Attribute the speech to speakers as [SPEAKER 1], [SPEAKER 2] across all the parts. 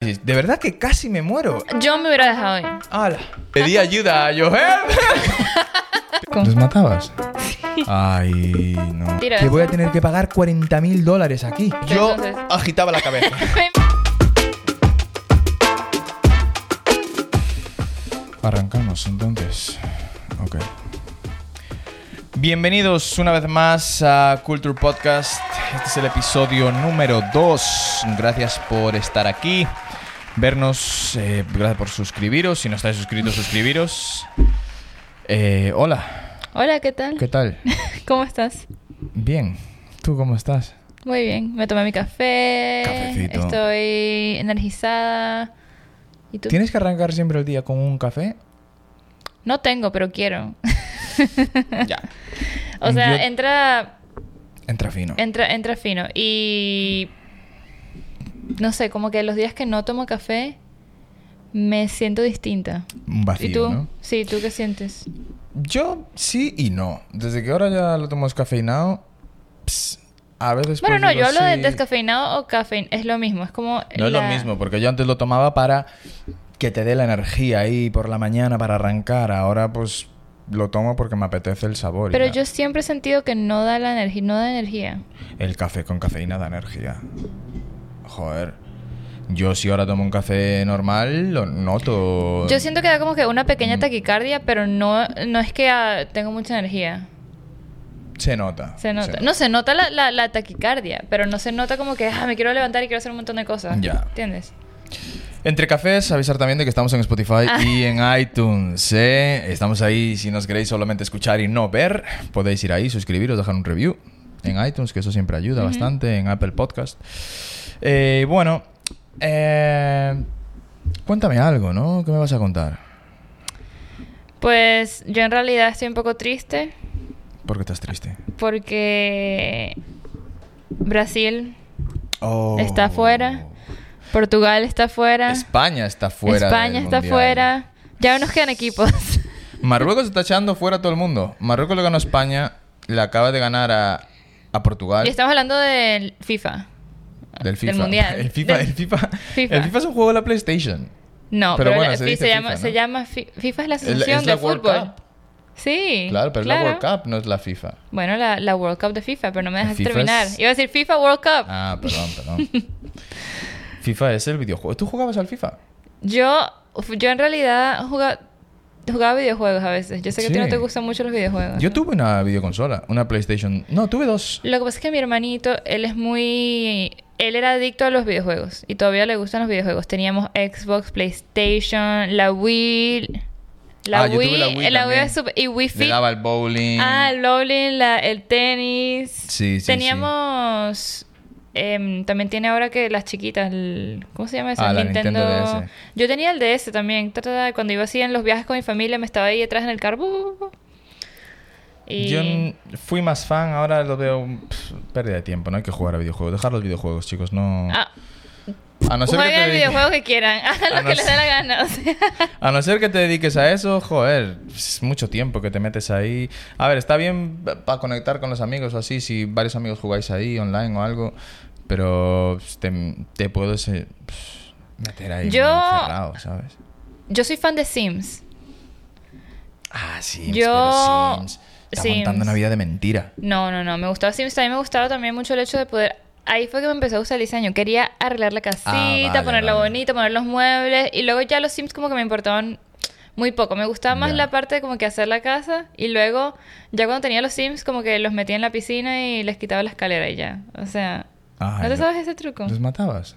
[SPEAKER 1] paréntesis, Eh, de verdad que casi me muero.
[SPEAKER 2] Yo me hubiera dejado ir.
[SPEAKER 1] ¡Hala! Pedí ayuda a Joel. ¿Los matabas? Ay, no.
[SPEAKER 2] Tira
[SPEAKER 1] Que
[SPEAKER 2] eso.
[SPEAKER 1] voy a tener que pagar 40 mil dólares aquí. Yo
[SPEAKER 2] Entonces-
[SPEAKER 1] agitaba la cabeza. Arrancamos entonces. Ok. Bienvenidos una vez más a Culture Podcast. Este es el episodio número 2. Gracias por estar aquí, vernos, eh, gracias por suscribiros. Si no estáis suscritos, suscribiros. Eh, hola,
[SPEAKER 2] Hola, ¿qué tal?
[SPEAKER 1] ¿qué tal?
[SPEAKER 2] ¿Cómo estás?
[SPEAKER 1] Bien, ¿tú cómo estás?
[SPEAKER 2] Muy bien. Me tomé mi café.
[SPEAKER 1] Cafecito.
[SPEAKER 2] Estoy energizada. ¿Y tú?
[SPEAKER 1] ¿Tienes que arrancar siempre el día con un café?
[SPEAKER 2] No tengo, pero quiero.
[SPEAKER 1] Ya.
[SPEAKER 2] o sea,
[SPEAKER 1] Yo-
[SPEAKER 2] entra,
[SPEAKER 1] Entra fino.
[SPEAKER 2] entra, entra fino. Y no sé, como que los días que no tomo café me siento distinta.
[SPEAKER 1] Un vacío,
[SPEAKER 2] ¿Y tú?
[SPEAKER 1] ¿no?
[SPEAKER 2] Sí, ¿tú qué sientes?
[SPEAKER 1] Yo sí y no. Desde que ahora ya lo tomo descafeinado, pss, a veces...
[SPEAKER 2] Bueno,
[SPEAKER 1] pues
[SPEAKER 2] no,
[SPEAKER 1] digo,
[SPEAKER 2] yo hablo de
[SPEAKER 1] sí.
[SPEAKER 2] descafeinado o cafeína. Es lo mismo. Es como.
[SPEAKER 1] No es lo
[SPEAKER 2] la-
[SPEAKER 1] mismo, porque yo antes lo tomaba para que te dé la energía ahí por la mañana para arrancar. Ahora pues lo tomo porque me apetece el sabor. y
[SPEAKER 2] Pero
[SPEAKER 1] ya.
[SPEAKER 2] yo siempre he sentido que no da la energía, no da energía.
[SPEAKER 1] El café con cafeína da energía. Joder. Yo si ahora tomo un café normal, lo noto...
[SPEAKER 2] Yo siento que da como que una pequeña taquicardia, pero no, no es que ah, tengo mucha energía.
[SPEAKER 1] Se nota.
[SPEAKER 2] Se nota. No, se nota la, la- la taquicardia, pero no se nota como que ah, me quiero levantar y quiero hacer un montón de cosas.
[SPEAKER 1] Ya.
[SPEAKER 2] ¿Entiendes?
[SPEAKER 1] Entre cafés, avisar también de que estamos en Spotify
[SPEAKER 2] Ah.
[SPEAKER 1] y en iTunes. ¿eh? Estamos ahí, si nos queréis solamente escuchar y no ver, podéis ir ahí, suscribiros, dejar un review en iTunes, que eso siempre ayuda bastante, en Apple Podcast. Eh, bueno, eh, cuéntame algo, ¿no? ¿Qué me vas a contar?
[SPEAKER 2] Pues yo en realidad estoy un poco triste
[SPEAKER 1] Porque estás triste.
[SPEAKER 2] porque Brasil
[SPEAKER 1] Oh.
[SPEAKER 2] está fuera, Portugal está fuera,
[SPEAKER 1] España está fuera.
[SPEAKER 2] España
[SPEAKER 1] del
[SPEAKER 2] está
[SPEAKER 1] Mundial.
[SPEAKER 2] fuera. Ya nos quedan equipos.
[SPEAKER 1] Marruecos está echando fuera a todo el mundo. Marruecos le ganó a España, le acaba de ganar a, a Portugal.
[SPEAKER 2] y estamos hablando del FIFA.
[SPEAKER 1] Del FIFA.
[SPEAKER 2] mundial.
[SPEAKER 1] El FIFA,
[SPEAKER 2] Del-
[SPEAKER 1] el FIFA.
[SPEAKER 2] FIFA.
[SPEAKER 1] el FIFA es un juego de la PlayStation.
[SPEAKER 2] No,
[SPEAKER 1] Pero
[SPEAKER 2] pero,
[SPEAKER 1] bueno,
[SPEAKER 2] la-
[SPEAKER 1] se
[SPEAKER 2] fi-
[SPEAKER 1] dice
[SPEAKER 2] se
[SPEAKER 1] FIFA,
[SPEAKER 2] llama,
[SPEAKER 1] ¿no?
[SPEAKER 2] se llama fi- FIFA es la
[SPEAKER 1] Es la-
[SPEAKER 2] asociación
[SPEAKER 1] es la
[SPEAKER 2] de
[SPEAKER 1] World
[SPEAKER 2] fútbol.
[SPEAKER 1] Cup.
[SPEAKER 2] Sí.
[SPEAKER 1] Claro, pero
[SPEAKER 2] claro.
[SPEAKER 1] es la World Cup, no es la FIFA.
[SPEAKER 2] Bueno, la, la World Cup de FIFA, pero no me
[SPEAKER 1] La
[SPEAKER 2] dejas
[SPEAKER 1] FIFA
[SPEAKER 2] terminar.
[SPEAKER 1] es-
[SPEAKER 2] Iba a decir FIFA World Cup.
[SPEAKER 1] Ah, perdón, perdón. FIFA es el videojuego. ¿Tú jugabas al FIFA?
[SPEAKER 2] Yo, uf, yo en realidad jugaba, jugaba videojuegos a veces. Yo sé que a ti no
[SPEAKER 1] Sí.
[SPEAKER 2] te gustan mucho los videojuegos.
[SPEAKER 1] Yo tuve una videoconsola, una PlayStation. No, tuve dos.
[SPEAKER 2] Lo que pasa es que mi hermanito, él es muy... Él era adicto a los videojuegos y todavía le gustan los videojuegos. Teníamos Xbox, PlayStation, la Wii... La
[SPEAKER 1] Ah, yo
[SPEAKER 2] Wii,
[SPEAKER 1] tuve la Wii también.
[SPEAKER 2] es super- y Wii
[SPEAKER 1] Le
[SPEAKER 2] Fit.
[SPEAKER 1] daba el bowling.
[SPEAKER 2] Ah, el bowling, la- el tenis.
[SPEAKER 1] Eh, Sí, sí,
[SPEAKER 2] Teníamos. em, también tiene ahora que las chiquitas. el- ¿Cómo se llama eso?
[SPEAKER 1] Ah,
[SPEAKER 2] El
[SPEAKER 1] la Nintendo DS.
[SPEAKER 2] Yo tenía el DS también. ta, ta, ta, Cuando iba así en los viajes con mi familia, me estaba ahí detrás en el carro. bu, bu, bu, bu. Y
[SPEAKER 1] Yo n- fui más fan, ahora lo veo pff, pérdida de tiempo. No hay que jugar a videojuegos. Dejar los videojuegos, chicos. No.
[SPEAKER 2] ah,
[SPEAKER 1] a no ser que
[SPEAKER 2] jueguen
[SPEAKER 1] te
[SPEAKER 2] el
[SPEAKER 1] dediques-
[SPEAKER 2] videojuego que quieran. Hagan
[SPEAKER 1] A
[SPEAKER 2] lo
[SPEAKER 1] no
[SPEAKER 2] que les
[SPEAKER 1] ser-
[SPEAKER 2] dé la gana. o sea.
[SPEAKER 1] A no ser que te dediques a eso, joder, es mucho tiempo que te metes ahí. A ver, está bien para conectar con los amigos o así, si varios amigos jugáis ahí online o algo, pero pues, te, te puedes eh, pues, meter ahí
[SPEAKER 2] Yo-
[SPEAKER 1] muy encerrado, ¿sabes?
[SPEAKER 2] Yo soy fan de Sims.
[SPEAKER 1] Ah, Sims,
[SPEAKER 2] Yo-
[SPEAKER 1] pero Sims. Está
[SPEAKER 2] Sims.
[SPEAKER 1] montando una vida de mentira.
[SPEAKER 2] No, no, no. Me gustaba Sims. También me gustaba también mucho el hecho de poder. Ahí fue que me empezó a gustar el diseño. Quería arreglar la casita,
[SPEAKER 1] Ah, vale,
[SPEAKER 2] ponerla
[SPEAKER 1] vale.
[SPEAKER 2] bonita, poner los muebles. Y luego ya los Sims como que me importaban muy poco. Me gustaba más
[SPEAKER 1] Ya.
[SPEAKER 2] la parte de como que hacer la casa. Y luego, ya cuando tenía los Sims, como que los metía en la piscina y les quitaba la escalera y ya. O sea.
[SPEAKER 1] Ay,
[SPEAKER 2] ¿No te
[SPEAKER 1] lo-
[SPEAKER 2] sabes ese truco?
[SPEAKER 1] ¿Los matabas?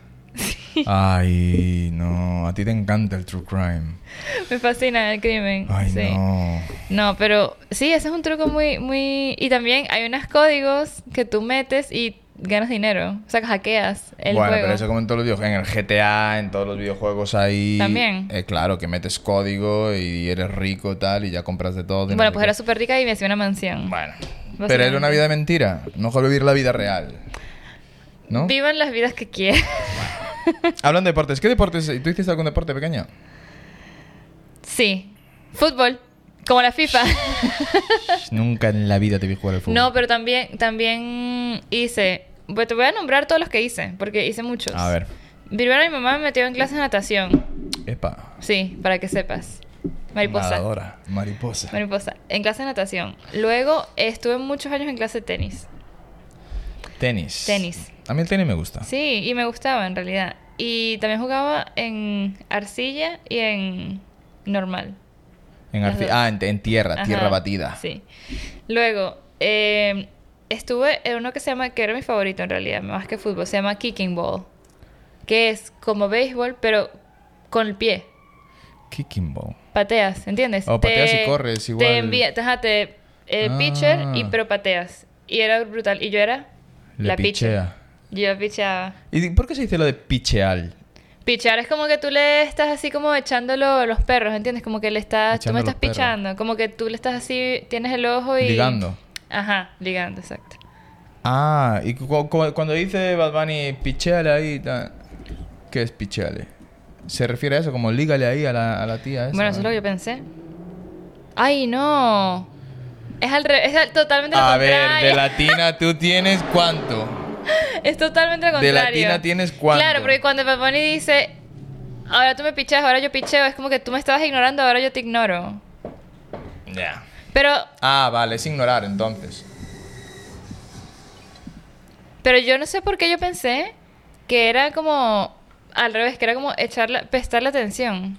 [SPEAKER 1] Ay, no, a ti te encanta el true crime.
[SPEAKER 2] Me fascina el crimen.
[SPEAKER 1] Ay,
[SPEAKER 2] sí.
[SPEAKER 1] no.
[SPEAKER 2] No, pero sí, ese es un truco muy, muy... Y también hay unos códigos que tú metes y ganas dinero. O sea, que hackeas el
[SPEAKER 1] bueno,
[SPEAKER 2] juego.
[SPEAKER 1] pero eso como en todos los videojuegos, en el GTA, en todos los videojuegos ahí.
[SPEAKER 2] También.
[SPEAKER 1] Eh, claro, que metes código y eres rico tal y ya compras de todo. y no
[SPEAKER 2] Bueno,
[SPEAKER 1] sé
[SPEAKER 2] pues
[SPEAKER 1] qué.
[SPEAKER 2] era súper rica y me hacía una mansión.
[SPEAKER 1] Bueno, pero
[SPEAKER 2] Básicamente.
[SPEAKER 1] era una vida de mentira, no fue vivir la vida real. ¿No?
[SPEAKER 2] Vivan las vidas que quieran.
[SPEAKER 1] Hablando de deportes, ¿qué deportes? ¿Tú hiciste algún deporte pequeño?
[SPEAKER 2] sí. Fútbol. Como la FIFA.
[SPEAKER 1] Nunca en la vida te vi jugar al fútbol.
[SPEAKER 2] no, pero pues también, también hice... Bueno, te voy a nombrar todos los que hice, porque hice muchos.
[SPEAKER 1] A ver.
[SPEAKER 2] Primero mi mamá me metió en clases de natación.
[SPEAKER 1] Epa.
[SPEAKER 2] Sí, para que sepas. Mariposa.
[SPEAKER 1] Nadadora. Mariposa.
[SPEAKER 2] Mariposa. En clase de natación. Luego estuve muchos años en clase de tenis.
[SPEAKER 1] Tenis.
[SPEAKER 2] Tenis.
[SPEAKER 1] A mí el tenis me gusta.
[SPEAKER 2] Sí, y me gustaba en realidad. Y también jugaba en arcilla y en normal.
[SPEAKER 1] En
[SPEAKER 2] Las
[SPEAKER 1] arfi-
[SPEAKER 2] dos.
[SPEAKER 1] ah, en, en tierra,
[SPEAKER 2] Ajá,
[SPEAKER 1] tierra batida.
[SPEAKER 2] Sí. Luego, eh, estuve en uno que se llama, que era mi favorito en realidad, más que fútbol, se llama kicking ball. Que es como béisbol, pero con el pie.
[SPEAKER 1] Kicking ball.
[SPEAKER 2] Pateas, ¿entiendes?
[SPEAKER 1] Oh, pateas y corres igual.
[SPEAKER 2] Te envía, ajá, te eh,
[SPEAKER 1] Ah.
[SPEAKER 2] pitcher y pero pateas. Y era brutal. Y yo era
[SPEAKER 1] Le
[SPEAKER 2] la pitcher.
[SPEAKER 1] pichea.
[SPEAKER 2] Yo picheaba.
[SPEAKER 1] ¿Y di- por qué se dice lo de pichear?
[SPEAKER 2] Pichar es como que tú le estás así como echándolo a los perros, ¿entiendes? Como que le estás,
[SPEAKER 1] Echando
[SPEAKER 2] tú me
[SPEAKER 1] los
[SPEAKER 2] estás
[SPEAKER 1] perros.
[SPEAKER 2] pichando, como que tú le estás así, tienes el ojo y...
[SPEAKER 1] Ligando.
[SPEAKER 2] Ajá, ligando, exacto.
[SPEAKER 1] Ah, y cu- cu- cuando dice Bad Bunny picheale ahí, ta- ¿qué es picheale? ¿Se refiere a eso? Como lígale ahí a la, a la tía. Esa,
[SPEAKER 2] bueno, eso es
[SPEAKER 1] ¿no?
[SPEAKER 2] lo que yo pensé. ¡Ay, no! Es al revés, es al- totalmente lo
[SPEAKER 1] A
[SPEAKER 2] contrario.
[SPEAKER 1] ver, de latina tú tienes cuánto.
[SPEAKER 2] Es totalmente lo
[SPEAKER 1] de
[SPEAKER 2] contrario.
[SPEAKER 1] latina tienes cuánto.
[SPEAKER 2] Claro, porque cuando Bad Bunny dice, ahora tú me pichas, ahora yo picheo, es como que tú me estabas ignorando, ahora yo te ignoro.
[SPEAKER 1] Ya.
[SPEAKER 2] Pero,
[SPEAKER 1] Ah, vale, es ignorar entonces.
[SPEAKER 2] pero yo no sé por qué yo pensé que era como, al revés, que era como echarla, prestarle atención.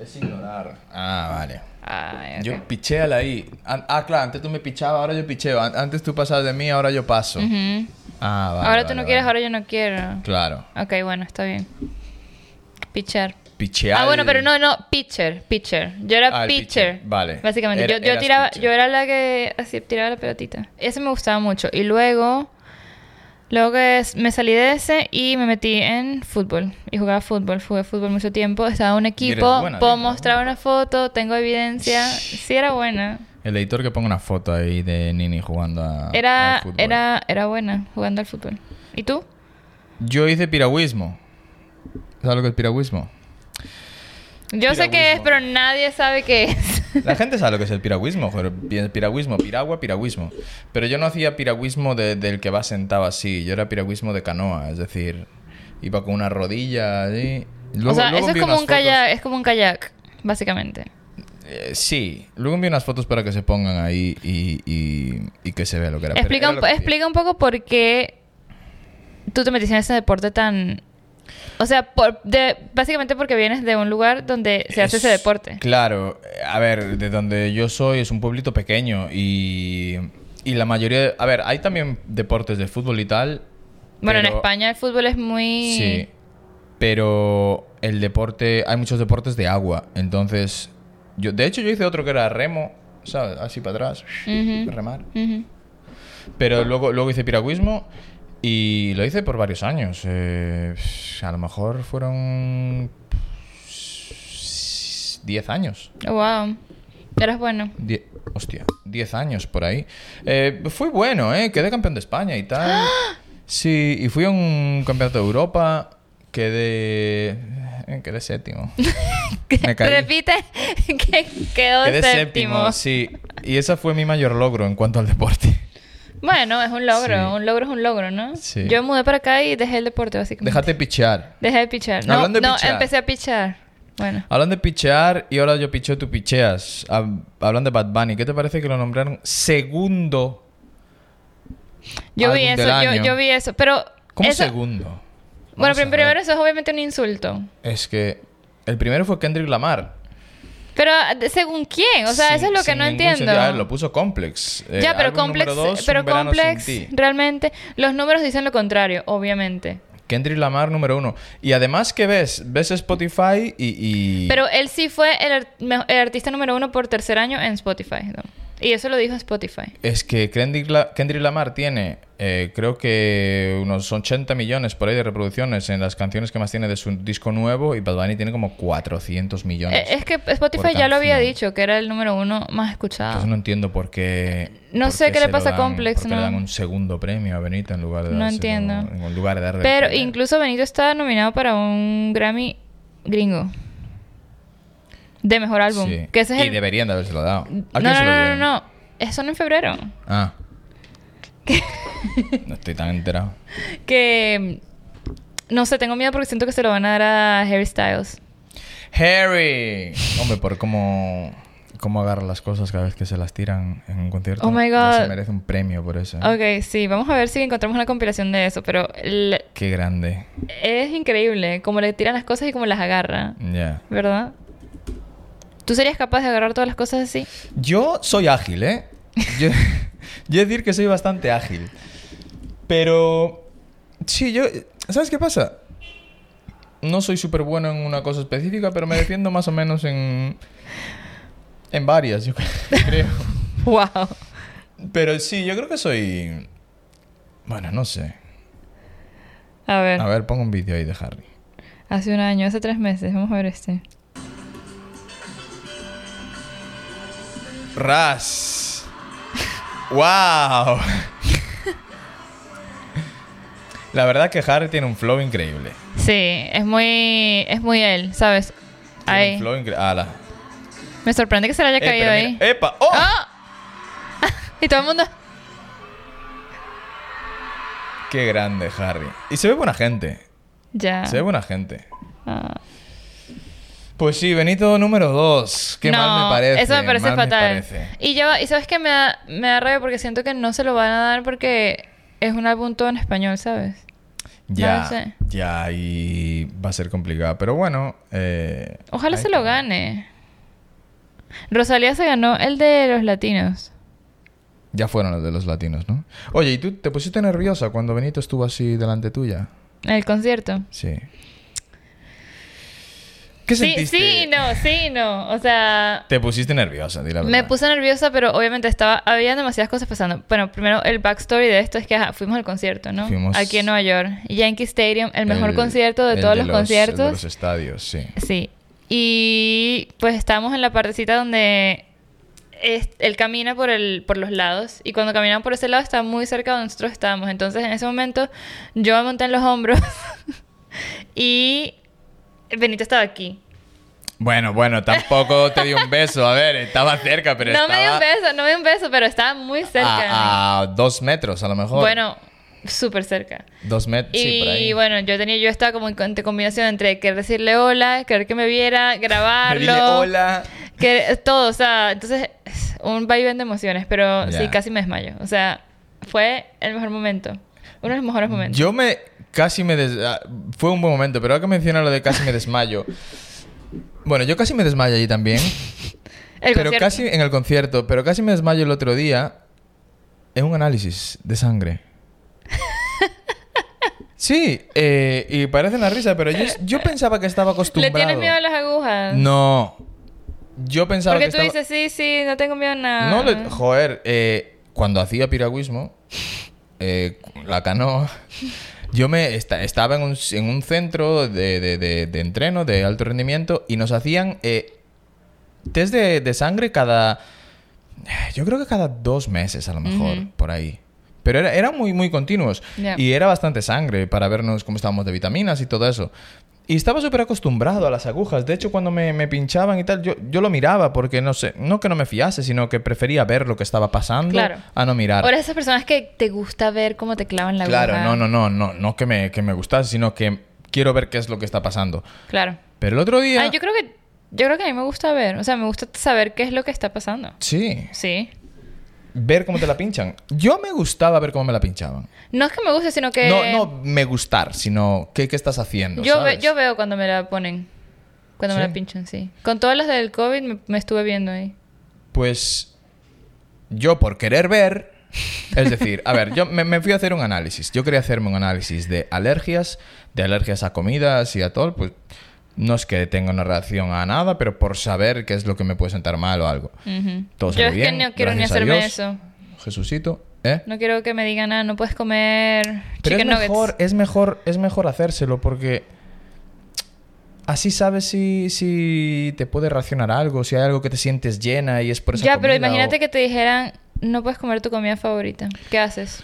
[SPEAKER 1] Es ignorar. Ah, vale.
[SPEAKER 2] Ay, ok.
[SPEAKER 1] Yo pichéala ahí. An- Ah, claro, antes tú me pichabas, ahora yo picheo. An- Antes tú pasabas de mí, ahora yo paso.
[SPEAKER 2] Ujú.
[SPEAKER 1] Ah, vale.
[SPEAKER 2] ahora tú
[SPEAKER 1] vale,
[SPEAKER 2] no quieres,
[SPEAKER 1] vale.
[SPEAKER 2] ahora yo no quiero.
[SPEAKER 1] Claro.
[SPEAKER 2] Ok, bueno, está bien. Pichar.
[SPEAKER 1] Pichear.
[SPEAKER 2] Ah, bueno, pero no, no, pitcher, pitcher. Yo era
[SPEAKER 1] Ah, el
[SPEAKER 2] pitcher.
[SPEAKER 1] pitcher, vale.
[SPEAKER 2] Básicamente,
[SPEAKER 1] Era-
[SPEAKER 2] yo, yo
[SPEAKER 1] eras
[SPEAKER 2] tiraba,
[SPEAKER 1] pitcher.
[SPEAKER 2] yo era la que así tiraba la pelotita. Ese me gustaba mucho. Y luego, luego que es- me salí de ese y me metí en fútbol. Y jugaba fútbol, jugué fútbol mucho tiempo. Estaba en un equipo,
[SPEAKER 1] buena,
[SPEAKER 2] puedo
[SPEAKER 1] linda,
[SPEAKER 2] mostrar una foto, tengo evidencia. Sí era buena.
[SPEAKER 1] El editor que ponga una foto ahí de Nini jugando a.
[SPEAKER 2] Era,
[SPEAKER 1] al Ah, fútbol.
[SPEAKER 2] era, era buena jugando al fútbol. ¿Y tú?
[SPEAKER 1] Yo hice piragüismo. ¿Sabes lo que es piragüismo?
[SPEAKER 2] Yo sé qué es,
[SPEAKER 1] Piragüismo.
[SPEAKER 2] pero nadie sabe qué es.
[SPEAKER 1] La gente sabe lo que es el piragüismo, joder, pi- el piragüismo, piragua, piragüismo. Pero yo no hacía piragüismo de- del que va sentado así, yo era piragüismo de canoa, es decir, iba con una rodilla allí. Luego-
[SPEAKER 2] o sea,
[SPEAKER 1] luego
[SPEAKER 2] eso es
[SPEAKER 1] vi
[SPEAKER 2] como
[SPEAKER 1] unas
[SPEAKER 2] un
[SPEAKER 1] fotos-
[SPEAKER 2] kayak, es como un kayak, básicamente.
[SPEAKER 1] eh, sí, luego envío unas fotos para que se pongan ahí y, y- y que se vea lo que era. pero
[SPEAKER 2] Explica,
[SPEAKER 1] era
[SPEAKER 2] un,
[SPEAKER 1] lo
[SPEAKER 2] po-
[SPEAKER 1] que hacía.
[SPEAKER 2] explica un poco por qué tú te metiste en ese deporte tan... O sea, por- de- básicamente porque vienes de un lugar donde se hace
[SPEAKER 1] Es-
[SPEAKER 2] ese deporte.
[SPEAKER 1] Claro, eh, a ver, de donde yo soy es un pueblito pequeño y, y la mayoría... de- a ver, hay también deportes de fútbol y tal.
[SPEAKER 2] Bueno, en
[SPEAKER 1] pero-
[SPEAKER 2] España el fútbol es muy...
[SPEAKER 1] Sí. Pero el deporte, hay muchos deportes de agua. Entonces, yo, de hecho, yo hice otro que era remo, ¿sabes? Así para atrás,
[SPEAKER 2] Ujú.
[SPEAKER 1] remar.
[SPEAKER 2] Ujú.
[SPEAKER 1] Pero luego, luego hice piragüismo y lo hice por varios años. Eh, a lo mejor fueron 10 años.
[SPEAKER 2] Oh, wow. Eras bueno.
[SPEAKER 1] Die- hostia, 10 años por ahí. Eh, fui bueno, ¿eh? Quedé campeón de España y tal. Sí, y fui a un campeonato de Europa. Quedé. eh, Quedé séptimo. Me caí.
[SPEAKER 2] Repite que quedó
[SPEAKER 1] Quedé séptimo,
[SPEAKER 2] séptimo.
[SPEAKER 1] sí. Y ese fue mi mayor logro en cuanto al deporte.
[SPEAKER 2] Bueno, es un logro.
[SPEAKER 1] Sí.
[SPEAKER 2] Un logro es un logro, ¿no?
[SPEAKER 1] Sí.
[SPEAKER 2] Yo mudé para acá y dejé el deporte, básicamente.
[SPEAKER 1] Déjate pichear.
[SPEAKER 2] Dejé de pichar. No,
[SPEAKER 1] Hablando de
[SPEAKER 2] no,
[SPEAKER 1] pichar.
[SPEAKER 2] empecé a pichar. Bueno.
[SPEAKER 1] Hablando de pichear y ahora yo picheo, tú picheas. Hab- Hablando de Bad Bunny, ¿qué te parece que lo nombraron segundo?
[SPEAKER 2] Yo vi
[SPEAKER 1] álbum Ah, del
[SPEAKER 2] eso, yo,
[SPEAKER 1] año?
[SPEAKER 2] yo vi eso. Pero...
[SPEAKER 1] ¿Cómo
[SPEAKER 2] eso-
[SPEAKER 1] segundo?
[SPEAKER 2] Bueno,
[SPEAKER 1] Vamos a
[SPEAKER 2] prim- primero
[SPEAKER 1] ver.
[SPEAKER 2] eso es obviamente un insulto.
[SPEAKER 1] Es que el primero fue Kendrick Lamar.
[SPEAKER 2] Pero de- según quién, o sea,
[SPEAKER 1] Sin-
[SPEAKER 2] eso es lo que
[SPEAKER 1] sin
[SPEAKER 2] no
[SPEAKER 1] ningún
[SPEAKER 2] entiendo.
[SPEAKER 1] sentido. A ver, lo puso Complex. Eh,
[SPEAKER 2] ya, pero
[SPEAKER 1] álbum
[SPEAKER 2] Complex,
[SPEAKER 1] número dos,
[SPEAKER 2] pero
[SPEAKER 1] Un verano
[SPEAKER 2] Complex
[SPEAKER 1] sin ti.
[SPEAKER 2] realmente los números dicen lo contrario, obviamente.
[SPEAKER 1] Kendrick Lamar número uno. Y además que ves, ves Spotify y... y-
[SPEAKER 2] Pero él sí fue el, ar- mejo- el artista número uno por tercer año en Spotify. ¿no? Y eso lo dijo Spotify. Eh,
[SPEAKER 1] Es que Kendrick, La- Kendrick Lamar tiene, eh, creo que unos 80 millones por ahí de reproducciones en las canciones que más tiene de su disco nuevo y Bad Bunny tiene como 400 millones.
[SPEAKER 2] Eh, es que Spotify
[SPEAKER 1] por
[SPEAKER 2] ya lo había
[SPEAKER 1] canción.
[SPEAKER 2] dicho, que era el número uno
[SPEAKER 1] Entonces
[SPEAKER 2] más escuchado.
[SPEAKER 1] no entiendo por qué...
[SPEAKER 2] No
[SPEAKER 1] por
[SPEAKER 2] sé qué le
[SPEAKER 1] se lo
[SPEAKER 2] pasa a
[SPEAKER 1] dan-
[SPEAKER 2] Complex,
[SPEAKER 1] por qué le
[SPEAKER 2] ¿no?
[SPEAKER 1] dan un segundo premio a Benito en lugar de...
[SPEAKER 2] No
[SPEAKER 1] dárselo-
[SPEAKER 2] entiendo.
[SPEAKER 1] En lugar de darle el
[SPEAKER 2] Pero
[SPEAKER 1] primero.
[SPEAKER 2] incluso Benito está nominado para un Grammy gringo. De mejor álbum.
[SPEAKER 1] Sí.
[SPEAKER 2] Que ese es
[SPEAKER 1] y
[SPEAKER 2] el...
[SPEAKER 1] deberían de habérselo dado. ¿A quién se
[SPEAKER 2] No, no,
[SPEAKER 1] lo
[SPEAKER 2] no, no,
[SPEAKER 1] dieron?
[SPEAKER 2] no. Eso no en febrero.
[SPEAKER 1] Ah. No estoy tan enterado.
[SPEAKER 2] Que No sé, tengo miedo porque siento que se lo van a dar a Harry Styles.
[SPEAKER 1] Harry. Hombre, por cómo, cómo agarra las cosas cada vez que se las tiran en un concierto.
[SPEAKER 2] Oh my
[SPEAKER 1] Ya
[SPEAKER 2] God.
[SPEAKER 1] Se merece un premio por eso. ¿eh?
[SPEAKER 2] Ok, sí, vamos a ver si encontramos una compilación de eso, pero le-
[SPEAKER 1] Qué grande.
[SPEAKER 2] es increíble cómo le tiran las cosas y cómo las agarra,
[SPEAKER 1] Ya.
[SPEAKER 2] ¿verdad? ¿Tú serías capaz de agarrar todas las cosas así?
[SPEAKER 1] Yo soy ágil, ¿eh? Yo, yo decir que soy bastante ágil. Pero... Sí, yo... ¿Sabes qué pasa? No soy súper bueno en una cosa específica, pero me defiendo más o menos en... En varias, yo creo.
[SPEAKER 2] ¡Wow!
[SPEAKER 1] Pero sí, yo creo que soy... Bueno, no sé.
[SPEAKER 2] A ver,
[SPEAKER 1] A ver, pongo un vídeo ahí de Harry.
[SPEAKER 2] hace un año, hace tres meses, vamos a ver este.
[SPEAKER 1] ¡Ras! ¡Wow! La verdad que Harry tiene un flow increíble.
[SPEAKER 2] Sí, es muy, es muy él, ¿sabes?
[SPEAKER 1] Tiene un
[SPEAKER 2] Ahí.
[SPEAKER 1] flow incre- ala.
[SPEAKER 2] Me sorprende que se le haya
[SPEAKER 1] Eh, pero
[SPEAKER 2] caído ahí.
[SPEAKER 1] mira- eh. ¡Epa! ¡Oh!
[SPEAKER 2] ¡Ah! y todo el mundo...
[SPEAKER 1] ¡Qué grande, Harry! Y se ve buena gente.
[SPEAKER 2] Ya.
[SPEAKER 1] Se ve buena gente.
[SPEAKER 2] Ah.
[SPEAKER 1] Pues sí, Benito número 2. Qué mal me parece.
[SPEAKER 2] Eso me parece
[SPEAKER 1] mal
[SPEAKER 2] fatal.
[SPEAKER 1] parece.
[SPEAKER 2] Y yo, y sabes que me da, me da rabia porque siento que no se lo van a dar porque es un álbum todo en español, ¿sabes?
[SPEAKER 1] Ya,
[SPEAKER 2] No sé.
[SPEAKER 1] ya, y va a ser complicado. Pero bueno. eh,
[SPEAKER 2] Ojalá
[SPEAKER 1] ahí
[SPEAKER 2] se lo
[SPEAKER 1] está.
[SPEAKER 2] gane. Rosalía se ganó el de los latinos.
[SPEAKER 1] Ya fueron los de los latinos, ¿no? Oye, ¿y tú te pusiste nerviosa cuando Benito estuvo así delante tuya?
[SPEAKER 2] El concierto.
[SPEAKER 1] Sí. ¿Qué
[SPEAKER 2] Sí,
[SPEAKER 1] sentiste?
[SPEAKER 2] sí, y no, sí, y no. O sea,
[SPEAKER 1] Te pusiste nerviosa, di la verdad.
[SPEAKER 2] Me puse nerviosa, pero obviamente estaba, había demasiadas cosas pasando. Bueno, primero el backstory de esto es que ajá, fuimos al concierto, ¿no?
[SPEAKER 1] Fuimos-
[SPEAKER 2] Aquí en Nueva York. Yankee Stadium, el mejor concierto de
[SPEAKER 1] el
[SPEAKER 2] todos los,
[SPEAKER 1] el de
[SPEAKER 2] conciertos.
[SPEAKER 1] los estadios, sí.
[SPEAKER 2] Sí. Y pues estábamos en la partecita donde es- él camina por, el, por los lados. Y cuando caminaban por ese lado estaba muy cerca de donde nosotros estábamos. Entonces en ese momento yo me monté en los hombros y Benito estaba aquí.
[SPEAKER 1] Bueno, bueno, tampoco te di un beso. A ver, estaba cerca, pero
[SPEAKER 2] no
[SPEAKER 1] estaba...
[SPEAKER 2] me dio un beso, no me dio un beso, pero estaba muy cerca.
[SPEAKER 1] A, a dos metros, a lo mejor.
[SPEAKER 2] bueno, súper cerca.
[SPEAKER 1] Dos metros, sí, por ahí.
[SPEAKER 2] Y bueno, yo tenía, yo estaba como en con- de combinación entre querer decirle hola, querer que me viera,
[SPEAKER 1] Me
[SPEAKER 2] grabarlo.
[SPEAKER 1] dile hola.
[SPEAKER 2] Que todo, o sea, entonces un vaivén de emociones, pero sí,
[SPEAKER 1] Ya.
[SPEAKER 2] casi me desmayo. O sea, fue el mejor momento. Uno de los mejores momentos.
[SPEAKER 1] Yo me... Casi me... des- ah, Fue un buen momento, pero ahora que mencionas lo de casi me desmayo... Bueno, yo casi me desmayo allí también.
[SPEAKER 2] el
[SPEAKER 1] pero
[SPEAKER 2] concierto.
[SPEAKER 1] casi... En el concierto. Pero casi me desmayo el otro día en un análisis de sangre. Sí, eh, y parece una risa, pero yo, yo pensaba que estaba
[SPEAKER 2] ¿Le
[SPEAKER 1] acostumbrado.
[SPEAKER 2] tienes miedo a las agujas?
[SPEAKER 1] No. Yo pensaba
[SPEAKER 2] Porque
[SPEAKER 1] que
[SPEAKER 2] tú
[SPEAKER 1] estaba...
[SPEAKER 2] dices, ah? sí, sí, no tengo miedo a nada.
[SPEAKER 1] No, le- joder, eh, cuando hacía piragüismo, eh, la canoa, yo me esta- estaba en un, s- en un centro de, de- de- de entreno de alto rendimiento y nos hacían eh, test de, de sangre cada, yo creo que cada dos meses a lo mejor,
[SPEAKER 2] Ujú.
[SPEAKER 1] por ahí. Pero era- eran muy, muy continuos
[SPEAKER 2] Ya.
[SPEAKER 1] y era bastante sangre para vernos cómo estábamos de vitaminas y todo eso. Y estaba súper acostumbrado a las agujas. De hecho, cuando me, me pinchaban y tal, yo, yo lo miraba porque no sé, no que no me fiase, sino que prefería ver lo que estaba pasando
[SPEAKER 2] Claro.
[SPEAKER 1] a no mirar.
[SPEAKER 2] Ahora esas personas que te gusta ver cómo te clavan la aguja.
[SPEAKER 1] claro, no, no, no, no, no que me, que me gustase, sino que quiero ver qué es lo que está pasando.
[SPEAKER 2] Claro.
[SPEAKER 1] Pero el otro día.
[SPEAKER 2] Ah, yo creo que yo creo que a mí me gusta ver, o sea, me gusta saber qué es lo que está pasando.
[SPEAKER 1] Sí,
[SPEAKER 2] Sí.
[SPEAKER 1] ver cómo te la pinchan. Yo me gustaba ver cómo me la pinchaban.
[SPEAKER 2] No es que me guste, sino que
[SPEAKER 1] No, no me gustar, sino qué, qué estás haciendo.
[SPEAKER 2] yo, ve-
[SPEAKER 1] ¿sabes?
[SPEAKER 2] yo veo cuando me la ponen. Cuando me
[SPEAKER 1] ¿Sí?
[SPEAKER 2] la pinchan, sí. Con todas las del COVID me, me estuve viendo ahí.
[SPEAKER 1] Pues yo por querer ver, es decir, a ver, yo me, me fui a hacer un análisis. Yo quería hacerme un análisis de alergias, de alergias a comidas y a todo, pues no es que tenga una relación a nada, pero por saber qué es lo que me puede sentar mal o algo.
[SPEAKER 2] Ujú.
[SPEAKER 1] Todo
[SPEAKER 2] Yo
[SPEAKER 1] salió
[SPEAKER 2] es
[SPEAKER 1] bien,
[SPEAKER 2] que no quiero ni
[SPEAKER 1] gracias a
[SPEAKER 2] hacerme
[SPEAKER 1] Dios.
[SPEAKER 2] eso.
[SPEAKER 1] Jesucito, ¿eh?
[SPEAKER 2] No quiero que me digan, ah, no puedes comer
[SPEAKER 1] Pero es
[SPEAKER 2] chicken nuggets.
[SPEAKER 1] mejor, eh, es mejor, es mejor hacérselo porque así sabes si, si te puede racionar algo, si hay algo que te sientes llena y es por esa
[SPEAKER 2] ya, pero
[SPEAKER 1] comida
[SPEAKER 2] imagínate
[SPEAKER 1] o-
[SPEAKER 2] que te dijeran, no puedes comer tu comida favorita. ¿Qué haces?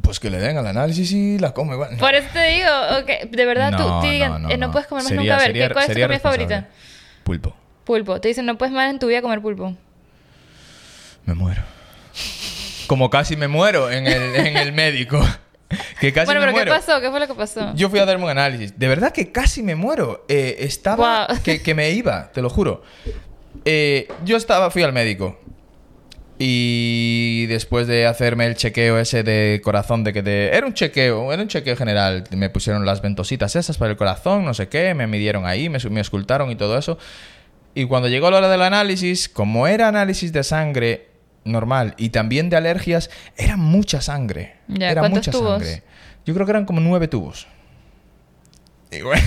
[SPEAKER 1] Pues que le den al análisis y la come igual. No.
[SPEAKER 2] Por eso te digo, ok, de verdad
[SPEAKER 1] No,
[SPEAKER 2] tú te digan, eh,
[SPEAKER 1] no,
[SPEAKER 2] no,
[SPEAKER 1] no, no.
[SPEAKER 2] puedes comer más
[SPEAKER 1] Sería-
[SPEAKER 2] nunca. A ver,
[SPEAKER 1] sería-
[SPEAKER 2] ¿qué- ¿cuál es tu
[SPEAKER 1] sería
[SPEAKER 2] comida favorita?
[SPEAKER 1] responsable. Pulpo.
[SPEAKER 2] Pulpo. Te dicen, no puedes más en tu vida comer pulpo.
[SPEAKER 1] Me muero. Como casi me muero en el, en el médico. que casi
[SPEAKER 2] bueno,
[SPEAKER 1] me
[SPEAKER 2] pero ¿qué
[SPEAKER 1] muero.
[SPEAKER 2] pasó? ¿Qué fue lo que pasó?
[SPEAKER 1] Yo fui a darme un análisis. De verdad que casi me muero. Eh, estaba.
[SPEAKER 2] Guau.
[SPEAKER 1] Que, que me iba, te lo juro. Eh, yo estaba, fui al médico. Y después de hacerme el chequeo ese de corazón, de que te. Era un chequeo, era un chequeo general. Me pusieron las ventositas esas para el corazón, no sé qué, me midieron ahí, me, su- me auscultaron y todo eso. Y cuando llegó la hora del análisis, como era análisis de sangre normal y también de alergias, era mucha sangre.
[SPEAKER 2] Ya,
[SPEAKER 1] era
[SPEAKER 2] ¿cuántos
[SPEAKER 1] mucha
[SPEAKER 2] tubos?
[SPEAKER 1] sangre. Yo creo que eran como nueve tubos. Y bueno,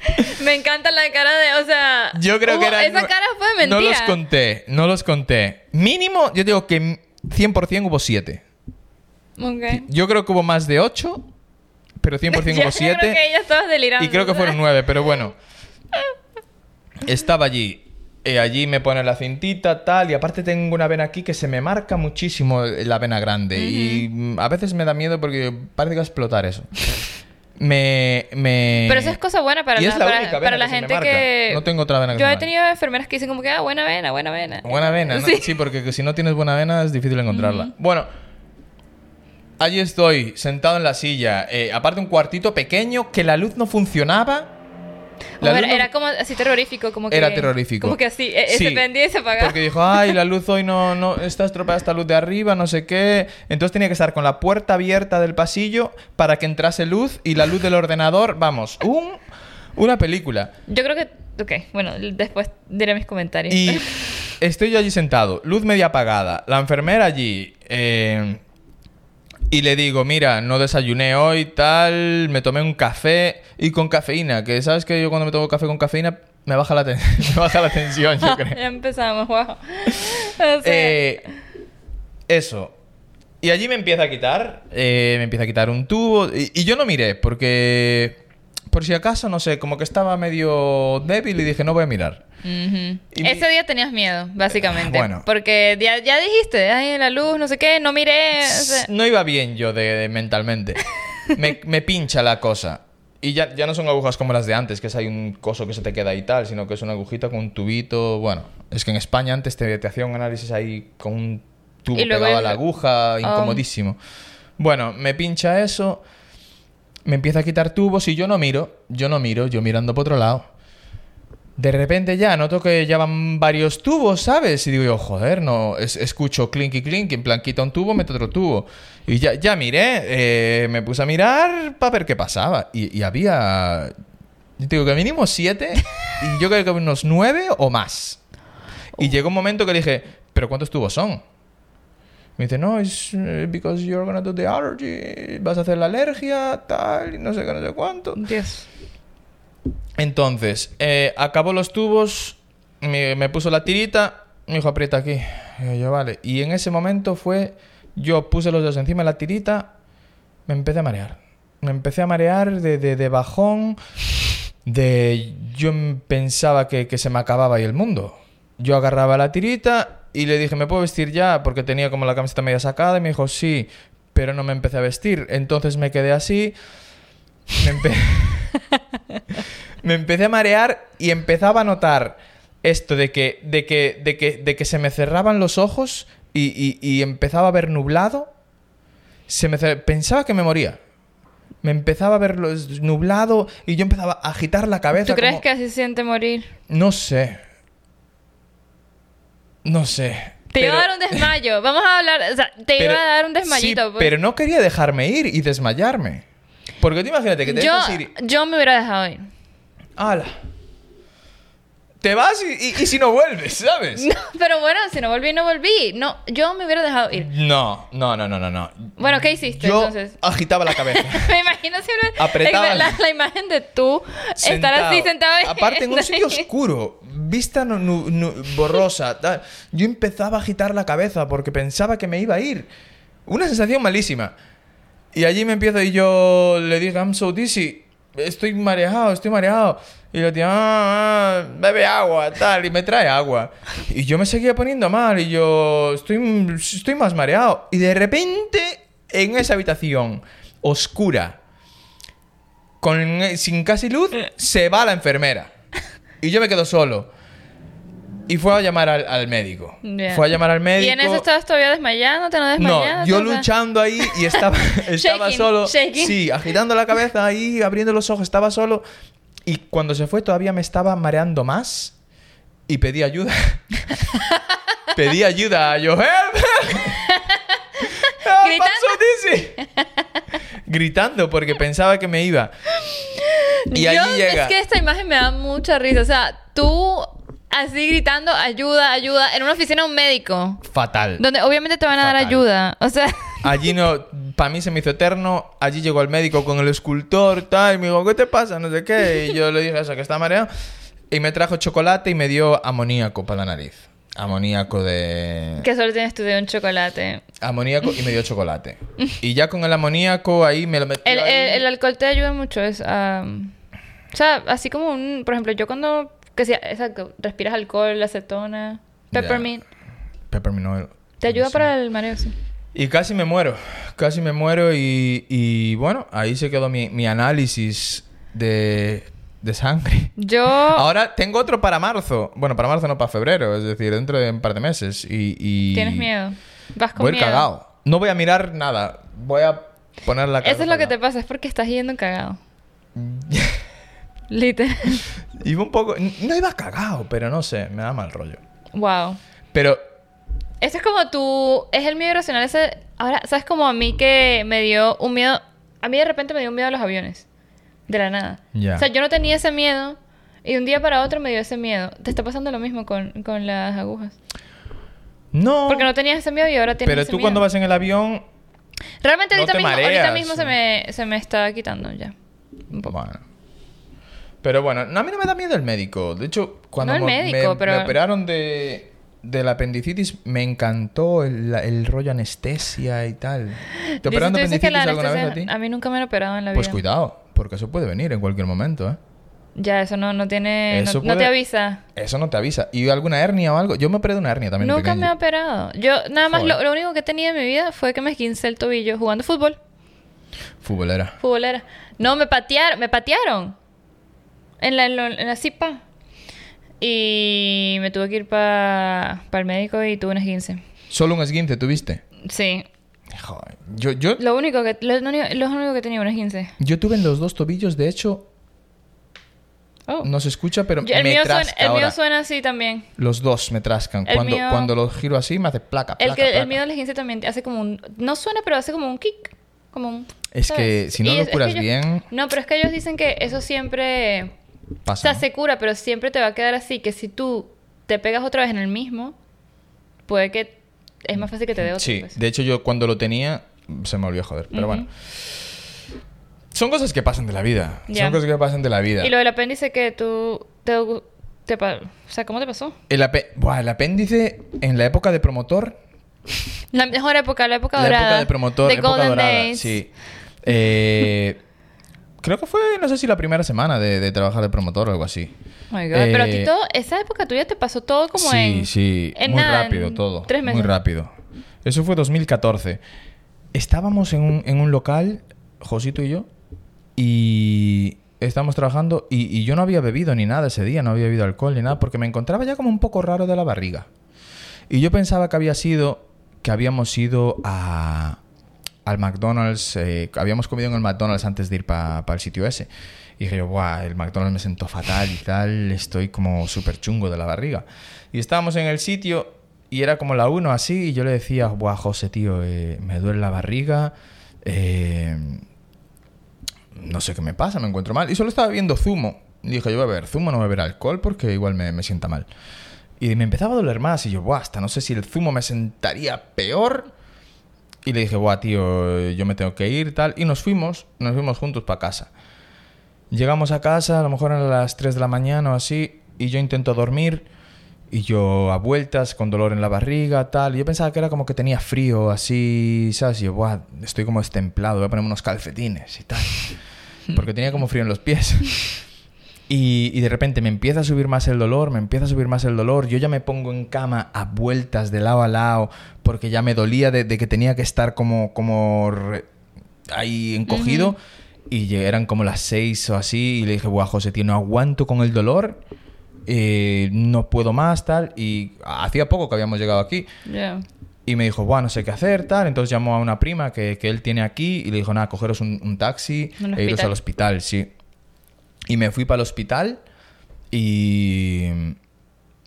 [SPEAKER 2] Me encanta la cara de, o sea,
[SPEAKER 1] yo creo
[SPEAKER 2] hubo-
[SPEAKER 1] que eran.
[SPEAKER 2] esa
[SPEAKER 1] nue-
[SPEAKER 2] cara fue de
[SPEAKER 1] No los
[SPEAKER 2] mentira.
[SPEAKER 1] conté, no los conté. Mínimo, yo digo que 100% hubo siete.
[SPEAKER 2] Ok.
[SPEAKER 1] Yo creo que hubo más de 8, pero 100%
[SPEAKER 2] Yo
[SPEAKER 1] hubo 7.
[SPEAKER 2] creo que ella estaba delirando.
[SPEAKER 1] Y creo que fueron 9, pero bueno. Estaba allí. eh, allí me pone la cintita, tal. Y aparte tengo una vena aquí que se me marca muchísimo eh, la vena grande. Y mm, a veces me da miedo porque parece que va a explotar eso. me, me...
[SPEAKER 2] Pero eso es cosa buena para
[SPEAKER 1] Y
[SPEAKER 2] la,
[SPEAKER 1] es la
[SPEAKER 2] para,
[SPEAKER 1] única vena
[SPEAKER 2] para la
[SPEAKER 1] que se me
[SPEAKER 2] gente
[SPEAKER 1] marca.
[SPEAKER 2] que...
[SPEAKER 1] No tengo otra vena que se
[SPEAKER 2] Yo
[SPEAKER 1] me
[SPEAKER 2] he
[SPEAKER 1] marque.
[SPEAKER 2] tenido enfermeras que dicen como que, ah, buena vena, buena vena.
[SPEAKER 1] Buena vena, ¿no?
[SPEAKER 2] Sí.
[SPEAKER 1] Sí, porque si no tienes buena vena es difícil encontrarla. Bueno, allí estoy, sentado en la silla. Eh, aparte un cuartito pequeño que la luz no funcionaba. La
[SPEAKER 2] Como
[SPEAKER 1] luz
[SPEAKER 2] era,
[SPEAKER 1] no-
[SPEAKER 2] era como así terrorífico, como que...
[SPEAKER 1] Era terrorífico.
[SPEAKER 2] Como que así, eh, eh,
[SPEAKER 1] Sí,
[SPEAKER 2] se prendía y se apagaba.
[SPEAKER 1] Porque dijo, ay, la luz hoy no, no está estropeada esta luz de arriba, no sé qué. Entonces tenía que estar con la puerta abierta del pasillo para que entrase luz y la luz del ordenador, vamos, un, una película.
[SPEAKER 2] Yo creo que... Ok, bueno, después diré mis comentarios.
[SPEAKER 1] Y estoy yo allí sentado, luz media apagada, la enfermera allí. eh, y le digo, mira, no desayuné hoy, tal, me tomé un café y con cafeína, que sabes que yo cuando me tomo café con cafeína me baja la, ten- me baja la tensión, yo creo.
[SPEAKER 2] ya empezamos, wow. O sea,
[SPEAKER 1] Eh, eso. Y allí me empieza a quitar. eh, me empieza a quitar un tubo. Y, y yo no miré, porque. Por si acaso, no sé, como que estaba medio débil y dije, no voy a mirar.
[SPEAKER 2] ujú.
[SPEAKER 1] y mi-
[SPEAKER 2] Ese día tenías miedo, básicamente.
[SPEAKER 1] Bueno.
[SPEAKER 2] Porque ya, ya dijiste, ay, la luz, no sé qué, no miré. o sea,
[SPEAKER 1] No iba bien yo de, de mentalmente. Me, me pincha la cosa. Y ya, ya no son agujas como las de antes, que es hay un coso que se te queda y tal, sino que es una agujita con un tubito. Bueno, es que en España antes te, te hacía un análisis ahí con un tubo
[SPEAKER 2] Y luego
[SPEAKER 1] pegado a
[SPEAKER 2] el-
[SPEAKER 1] la aguja, incomodísimo. Bueno, me pincha eso, me empieza a quitar tubos y yo no miro, yo no miro, yo mirando por otro lado. De repente ya noto que ya van varios tubos, ¿sabes? Y digo yo, joder, no, es- escucho clink y clink, en plan quita un tubo, mete otro tubo. Y ya, ya miré, eh, me puse a mirar para ver qué pasaba. Y, y había, yo te digo que mínimo siete, y yo creo que unos nueve o más. Y llegó un momento que le dije, ¿pero cuántos tubos son? Me dice, no, es eh, because you're gonna do the allergy, vas a hacer la alergia, tal, y no sé qué, no sé cuánto.
[SPEAKER 2] Dios.
[SPEAKER 1] Entonces, eh, acabó los tubos, me, me puso la tirita, me dijo aprieta aquí. Y yo, vale. Y en ese momento fue, yo puse los dos encima de la tirita, me empecé a marear. Me empecé a marear de, de, de bajón, de yo m- pensaba que, que se me acababa ahí el mundo. Yo agarraba la tirita y le dije, ¿me puedo vestir ya? Porque tenía como la camiseta media sacada y me dijo, sí, pero no me empecé a vestir. Entonces me quedé así. Me, empe- me empecé a marear y empezaba a notar esto de que, de que, de que, de que se me cerraban los ojos y, y- y empezaba a ver nublado. Se me cer- Pensaba que me moría. Me empezaba a ver los- nublado y yo empezaba a agitar la cabeza.
[SPEAKER 2] ¿Tú crees
[SPEAKER 1] Pues como-
[SPEAKER 2] que así se siente morir?
[SPEAKER 1] No sé. No sé.
[SPEAKER 2] Te
[SPEAKER 1] Pero-
[SPEAKER 2] iba a dar un desmayo. Vamos a hablar. O sea, te
[SPEAKER 1] pero-
[SPEAKER 2] iba a dar un
[SPEAKER 1] sí,
[SPEAKER 2] desmayito. pues.
[SPEAKER 1] Pero no quería dejarme ir y desmayarme. Porque tú imagínate que te
[SPEAKER 2] yo,
[SPEAKER 1] dejas ir. y-
[SPEAKER 2] yo me hubiera dejado ir.
[SPEAKER 1] ¡Hala! Te vas y, y- y si no vuelves, ¿sabes?
[SPEAKER 2] No, pero bueno, si no volví, no volví. No, yo me hubiera dejado ir.
[SPEAKER 1] No, no, no, no, no. no.
[SPEAKER 2] Bueno, ¿qué hiciste
[SPEAKER 1] Yo
[SPEAKER 2] entonces?
[SPEAKER 1] agitaba la cabeza.
[SPEAKER 2] me imagino siempre
[SPEAKER 1] Apretaba.
[SPEAKER 2] la, la imagen de tú estar así sentado. y-
[SPEAKER 1] Aparte, en un sitio oscuro, vista nu- nu- nu- borrosa. tal. Yo empezaba a agitar la cabeza porque pensaba que me iba a ir. Una sensación malísima. Y allí me empiezo y yo le dije, I'm so dizzy. Estoy mareado, estoy mareado. Y la tía, "Ah, ah, bebe agua, tal, y me trae agua. Y yo me seguía poniendo mal y yo, estoy, estoy más mareado. Y de repente, en esa habitación oscura,
[SPEAKER 2] Eh.
[SPEAKER 1] con, sin casi luz, se va la enfermera. Y yo me quedo solo. Y fue a llamar al, al médico.
[SPEAKER 2] Ya.
[SPEAKER 1] Fue a llamar al médico.
[SPEAKER 2] Y en eso estabas todavía desmayándote, no
[SPEAKER 1] No,
[SPEAKER 2] desmayándote.
[SPEAKER 1] yo
[SPEAKER 2] o sea,
[SPEAKER 1] luchando ahí y estaba, estaba
[SPEAKER 2] Shaking,
[SPEAKER 1] solo.
[SPEAKER 2] shaking.
[SPEAKER 1] Sí, agitando la cabeza ahí, abriendo los ojos, estaba solo. Y cuando se fue todavía me estaba mareando más y pedí ayuda. pedí ayuda a Joel. Gritando porque pensaba que me iba. Y
[SPEAKER 2] yo-
[SPEAKER 1] allí llega.
[SPEAKER 2] Es que esta imagen me da mucha risa. O sea, tú así gritando, ayuda, ayuda, en una oficina de un médico.
[SPEAKER 1] Fatal.
[SPEAKER 2] Donde obviamente te van a dar
[SPEAKER 1] Fatal.
[SPEAKER 2] ayuda. O sea,
[SPEAKER 1] Allí no, para mí se me hizo eterno. Allí llegó el médico con el escultor, tal, y me dijo, ¿qué te pasa? No sé qué. Y yo le dije eso, que está mareado. Y me trajo chocolate y me dio amoníaco para la nariz. Amoníaco de.
[SPEAKER 2] qué suerte tienes tú de un chocolate.
[SPEAKER 1] Amoníaco y me dio chocolate. Y ya con el amoníaco ahí me lo metió.
[SPEAKER 2] El,
[SPEAKER 1] ahí.
[SPEAKER 2] el- el alcohol te ayuda mucho. Es, ah, o sea, así como un. Por ejemplo, yo cuando. Que si, exacto, respiras alcohol, acetona,
[SPEAKER 1] Ya.
[SPEAKER 2] peppermint.
[SPEAKER 1] Peppermint oil.
[SPEAKER 2] Te ayuda
[SPEAKER 1] Sí.
[SPEAKER 2] para el mareo, sí.
[SPEAKER 1] Y casi me muero, casi me muero y, y bueno, ahí se quedó mi, mi análisis de, de sangre.
[SPEAKER 2] Yo.
[SPEAKER 1] Ahora tengo otro para marzo. Bueno, para marzo no, para febrero. Es decir, dentro de un par de meses. Y, y-
[SPEAKER 2] Tienes miedo. Vas con
[SPEAKER 1] Voy a ir
[SPEAKER 2] miedo.
[SPEAKER 1] cagao. No voy a mirar nada. Voy a poner la Mm. cara.
[SPEAKER 2] Eso es lo que te pasa, es porque estás yendo cagado. Literal.
[SPEAKER 1] Iba un poco... No iba cagao, pero no sé. Me da mal rollo.
[SPEAKER 2] Wow.
[SPEAKER 1] Pero...
[SPEAKER 2] Esto es como tú. Es el miedo irracional. Ese, ahora, ¿sabes como a mí que me dio un miedo? A mí de repente me dio un miedo a los aviones. De la nada.
[SPEAKER 1] Ya.
[SPEAKER 2] O sea, yo no tenía ese miedo. Y de un día para otro me dio ese miedo. Te está pasando lo mismo con, con las agujas.
[SPEAKER 1] No.
[SPEAKER 2] Porque no tenías ese miedo y ahora tienes
[SPEAKER 1] pero
[SPEAKER 2] ese
[SPEAKER 1] tú cuando
[SPEAKER 2] miedo.
[SPEAKER 1] vas en el avión...
[SPEAKER 2] Realmente
[SPEAKER 1] no
[SPEAKER 2] ahorita,
[SPEAKER 1] te
[SPEAKER 2] mismo, ahorita
[SPEAKER 1] mareas,
[SPEAKER 2] mismo
[SPEAKER 1] o-
[SPEAKER 2] se me, se me está quitando ya. Un poco.
[SPEAKER 1] Bueno. Pero bueno, no, a mí no me da miedo el médico. De hecho, cuando
[SPEAKER 2] No el
[SPEAKER 1] mo- me-
[SPEAKER 2] médico,
[SPEAKER 1] me,
[SPEAKER 2] pero-
[SPEAKER 1] operaron de, de la apendicitis, me encantó el, la- el rollo anestesia y tal. ¿Te
[SPEAKER 2] Dices-
[SPEAKER 1] operaron de
[SPEAKER 2] tú dices que
[SPEAKER 1] apendicitis
[SPEAKER 2] la
[SPEAKER 1] alguna vez a ti?
[SPEAKER 2] anestesia- mí nunca me han operado en la
[SPEAKER 1] Pues
[SPEAKER 2] vida.
[SPEAKER 1] cuidado, porque eso puede venir en cualquier momento, ¿eh?
[SPEAKER 2] Ya, eso no, no tiene... no-
[SPEAKER 1] Eso
[SPEAKER 2] no,
[SPEAKER 1] puede-
[SPEAKER 2] te avisa.
[SPEAKER 1] Eso no te avisa. ¿Y alguna hernia o algo? Yo me operé de una hernia también. de
[SPEAKER 2] Nunca
[SPEAKER 1] pequeño.
[SPEAKER 2] me ha operado. Yo nada más
[SPEAKER 1] Joder.
[SPEAKER 2] lo, lo único que he tenido en mi vida fue que me esquincé el tobillo jugando fútbol.
[SPEAKER 1] Futbolera.
[SPEAKER 2] Futbolera. No, me patearon. Me patearon. En la, en lo- en la cipa. Y me tuve que ir para el médico y tuve un esguince.
[SPEAKER 1] Solo un esguince tuviste.
[SPEAKER 2] Sí.
[SPEAKER 1] Joder. Yo, yo,
[SPEAKER 2] Lo único que... Lo, único- lo único que tenía un esguince.
[SPEAKER 1] yo tuve en los dos tobillos, de hecho,
[SPEAKER 2] Oh.
[SPEAKER 1] no se escucha, pero
[SPEAKER 2] Yo- el
[SPEAKER 1] me
[SPEAKER 2] mío suena,
[SPEAKER 1] trasca
[SPEAKER 2] el mío
[SPEAKER 1] ahora.
[SPEAKER 2] suena así también.
[SPEAKER 1] Los dos me trascan.
[SPEAKER 2] El
[SPEAKER 1] Cuando,
[SPEAKER 2] mío-
[SPEAKER 1] cuando los giro así, me hace placa, placa,
[SPEAKER 2] El, que,
[SPEAKER 1] placa.
[SPEAKER 2] el miedo al esguince también hace como un... No suena, pero hace como un kick. Como un...
[SPEAKER 1] Es que si no lo
[SPEAKER 2] es- es que
[SPEAKER 1] curas
[SPEAKER 2] ellos-
[SPEAKER 1] bien,
[SPEAKER 2] No, pero es que ellos dicen que eso siempre... O
[SPEAKER 1] Pasa.
[SPEAKER 2] sea,
[SPEAKER 1] ¿no?
[SPEAKER 2] se cura, pero siempre te va a quedar así. Que si tú te pegas otra vez en el mismo, puede que... Es más fácil que te dé otro.
[SPEAKER 1] Sí,
[SPEAKER 2] pues.
[SPEAKER 1] de hecho yo cuando lo tenía se me olvidó joder, pero
[SPEAKER 2] Ujú.
[SPEAKER 1] bueno. Son cosas que pasan de la vida.
[SPEAKER 2] Ya.
[SPEAKER 1] Son cosas que pasan de la vida.
[SPEAKER 2] Y lo del apéndice que tú... Te, te pa- o sea, ¿cómo te pasó?
[SPEAKER 1] El, ape- Buah, el apéndice en la época de promotor.
[SPEAKER 2] La mejor época, la época
[SPEAKER 1] La
[SPEAKER 2] dorada.
[SPEAKER 1] época de promotor.
[SPEAKER 2] The
[SPEAKER 1] época
[SPEAKER 2] Golden
[SPEAKER 1] dorada,
[SPEAKER 2] Days.
[SPEAKER 1] Sí. Eh, creo que fue, no sé si la primera semana de, de trabajar de promotor o algo así.
[SPEAKER 2] Oh my God. Pero a ti
[SPEAKER 1] Eh,
[SPEAKER 2] todo... Esa época tuya te pasó todo como
[SPEAKER 1] sí,
[SPEAKER 2] en...
[SPEAKER 1] sí,
[SPEAKER 2] en
[SPEAKER 1] muy
[SPEAKER 2] nada, en
[SPEAKER 1] rápido todo.
[SPEAKER 2] Tres meses.
[SPEAKER 1] Muy rápido. Eso fue 2014. Estábamos en un, en un local, Josito y yo, y estábamos trabajando y, y yo no había bebido ni nada ese día, no había bebido alcohol ni nada, porque me encontraba ya como un poco raro de la barriga. Y yo pensaba que había sido, que habíamos ido a, al McDonald's, eh, habíamos comido en el McDonald's antes de ir para el sitio ese. Y dije yo, Buah, el McDonald's me sentó fatal y tal, estoy como súper chungo de la barriga. Y estábamos en el sitio y era como la 1 así, y yo le decía, Buah, José, tío, eh, me duele la barriga, eh, no sé qué me pasa, me encuentro mal. Y solo estaba bebiendo zumo. Y dije, yo voy a beber zumo, no voy a beber alcohol porque igual me, me sienta mal. Y me empezaba a doler más y yo, Buah, hasta no sé si el zumo me sentaría peor. Y le dije, guau, tío, yo me tengo que ir, tal. Y nos fuimos, nos fuimos juntos para casa. Llegamos a casa, a lo mejor a las 3 de la mañana o así, y yo intento dormir. Y yo a vueltas, con dolor en la barriga, tal. Y yo pensaba que era como que tenía frío, así, ¿sabes? Y yo, guau, estoy como estemplado, voy a ponerme unos calcetines y tal. Porque tenía como frío en los pies. Y, y de repente me empieza a subir más el dolor, me empieza a subir más el dolor. Yo ya me pongo en cama a vueltas de lado a lado porque ya me dolía de, de que tenía que estar como, como re- ahí encogido. Y lle- eran como las seis o así. Y le dije, guau, José, tío, no aguanto con el dolor. eh, no puedo más, tal. Y hacía poco que habíamos llegado aquí.
[SPEAKER 2] Ya.
[SPEAKER 1] Y me dijo, bueno, no sé qué hacer, tal. Entonces llamó a una prima que, que él tiene aquí y le dijo, nada, cogeros un, un taxi
[SPEAKER 2] Un
[SPEAKER 1] e iros
[SPEAKER 2] hospital.
[SPEAKER 1] al hospital, sí. Y me fui para el hospital y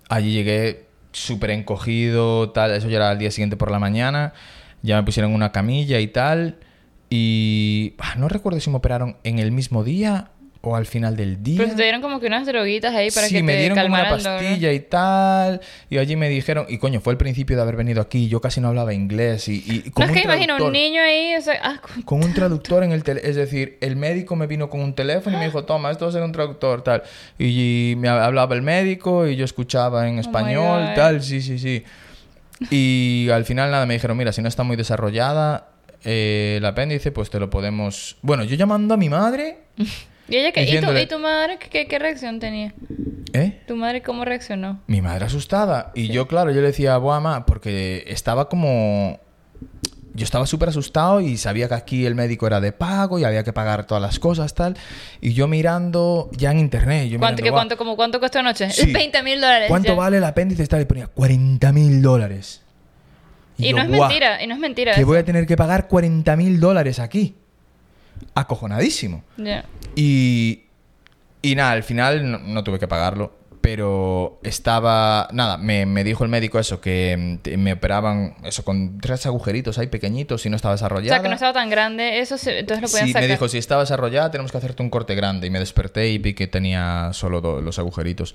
[SPEAKER 1] allí llegué súper encogido, tal. Eso ya era al día siguiente por la mañana. Ya me pusieron una camilla y tal. Y ah, no recuerdo si me operaron en el mismo día o al final del día
[SPEAKER 2] Pero te dieron como que unas droguitas ahí para
[SPEAKER 1] sí,
[SPEAKER 2] que te
[SPEAKER 1] me dieron como una
[SPEAKER 2] calmara el dolor.
[SPEAKER 1] pastilla y tal. Y allí me dijeron, y coño, fue el principio de haber venido aquí. Yo casi no hablaba inglés. Y, y- y
[SPEAKER 2] No
[SPEAKER 1] con
[SPEAKER 2] es
[SPEAKER 1] un
[SPEAKER 2] que imagino un
[SPEAKER 1] traductor-
[SPEAKER 2] niño ahí, o sea, ah, cu-
[SPEAKER 1] Con un traductor en el teléfono. Es decir, el médico me vino con un teléfono y me dijo, toma, esto va a ser un traductor, tal. Y, y me hablaba el médico y yo escuchaba en español,
[SPEAKER 2] Oh God.
[SPEAKER 1] tal. Sí, sí, sí. Y al final, nada, me dijeron, mira, si no está muy desarrollada eh, el apéndice, pues te lo podemos. Bueno, yo llamando a mi madre.
[SPEAKER 2] ¿Y ella qué? ¿Y tu,
[SPEAKER 1] Diciéndole-
[SPEAKER 2] y tu madre qué- qué, qué reacción tenía?
[SPEAKER 1] ¿Eh?
[SPEAKER 2] ¿Tu madre cómo reaccionó?
[SPEAKER 1] Mi madre asustada. Y yo, claro, yo le decía, buah, ma", porque estaba como... Yo estaba súper asustado y sabía que aquí el médico era de pago y había que pagar todas las cosas, tal. Y yo mirando ya en internet. Yo
[SPEAKER 2] ¿Cuánto,
[SPEAKER 1] mirando,
[SPEAKER 2] que
[SPEAKER 1] "Buah,
[SPEAKER 2] cuánto, como, ¿Cuánto costó anoche?
[SPEAKER 1] Sí.
[SPEAKER 2] 20 mil dólares.
[SPEAKER 1] ¿Cuánto
[SPEAKER 2] ya.
[SPEAKER 1] vale el apéndice? Tal, y ponía 40 mil dólares.
[SPEAKER 2] Y,
[SPEAKER 1] yo,
[SPEAKER 2] no es
[SPEAKER 1] "Buah,
[SPEAKER 2] mentira, y no es mentira.
[SPEAKER 1] Que voy a tener que pagar 40 mil dólares aquí. Acojonadísimo.
[SPEAKER 2] Ya.
[SPEAKER 1] Y, y nada, al final no, no tuve que pagarlo. Pero estaba. Nada, me, me dijo el médico eso, que mm, te- me operaban eso con tres agujeritos ahí pequeñitos y no estaba
[SPEAKER 2] O
[SPEAKER 1] desarrollada.
[SPEAKER 2] sea, que no estaba tan grande, eso se- entonces lo podían
[SPEAKER 1] Sí,
[SPEAKER 2] sacar.
[SPEAKER 1] me dijo, si estaba desarrollada, tenemos que hacerte un corte grande. Y me desperté y vi que tenía solo do- los agujeritos.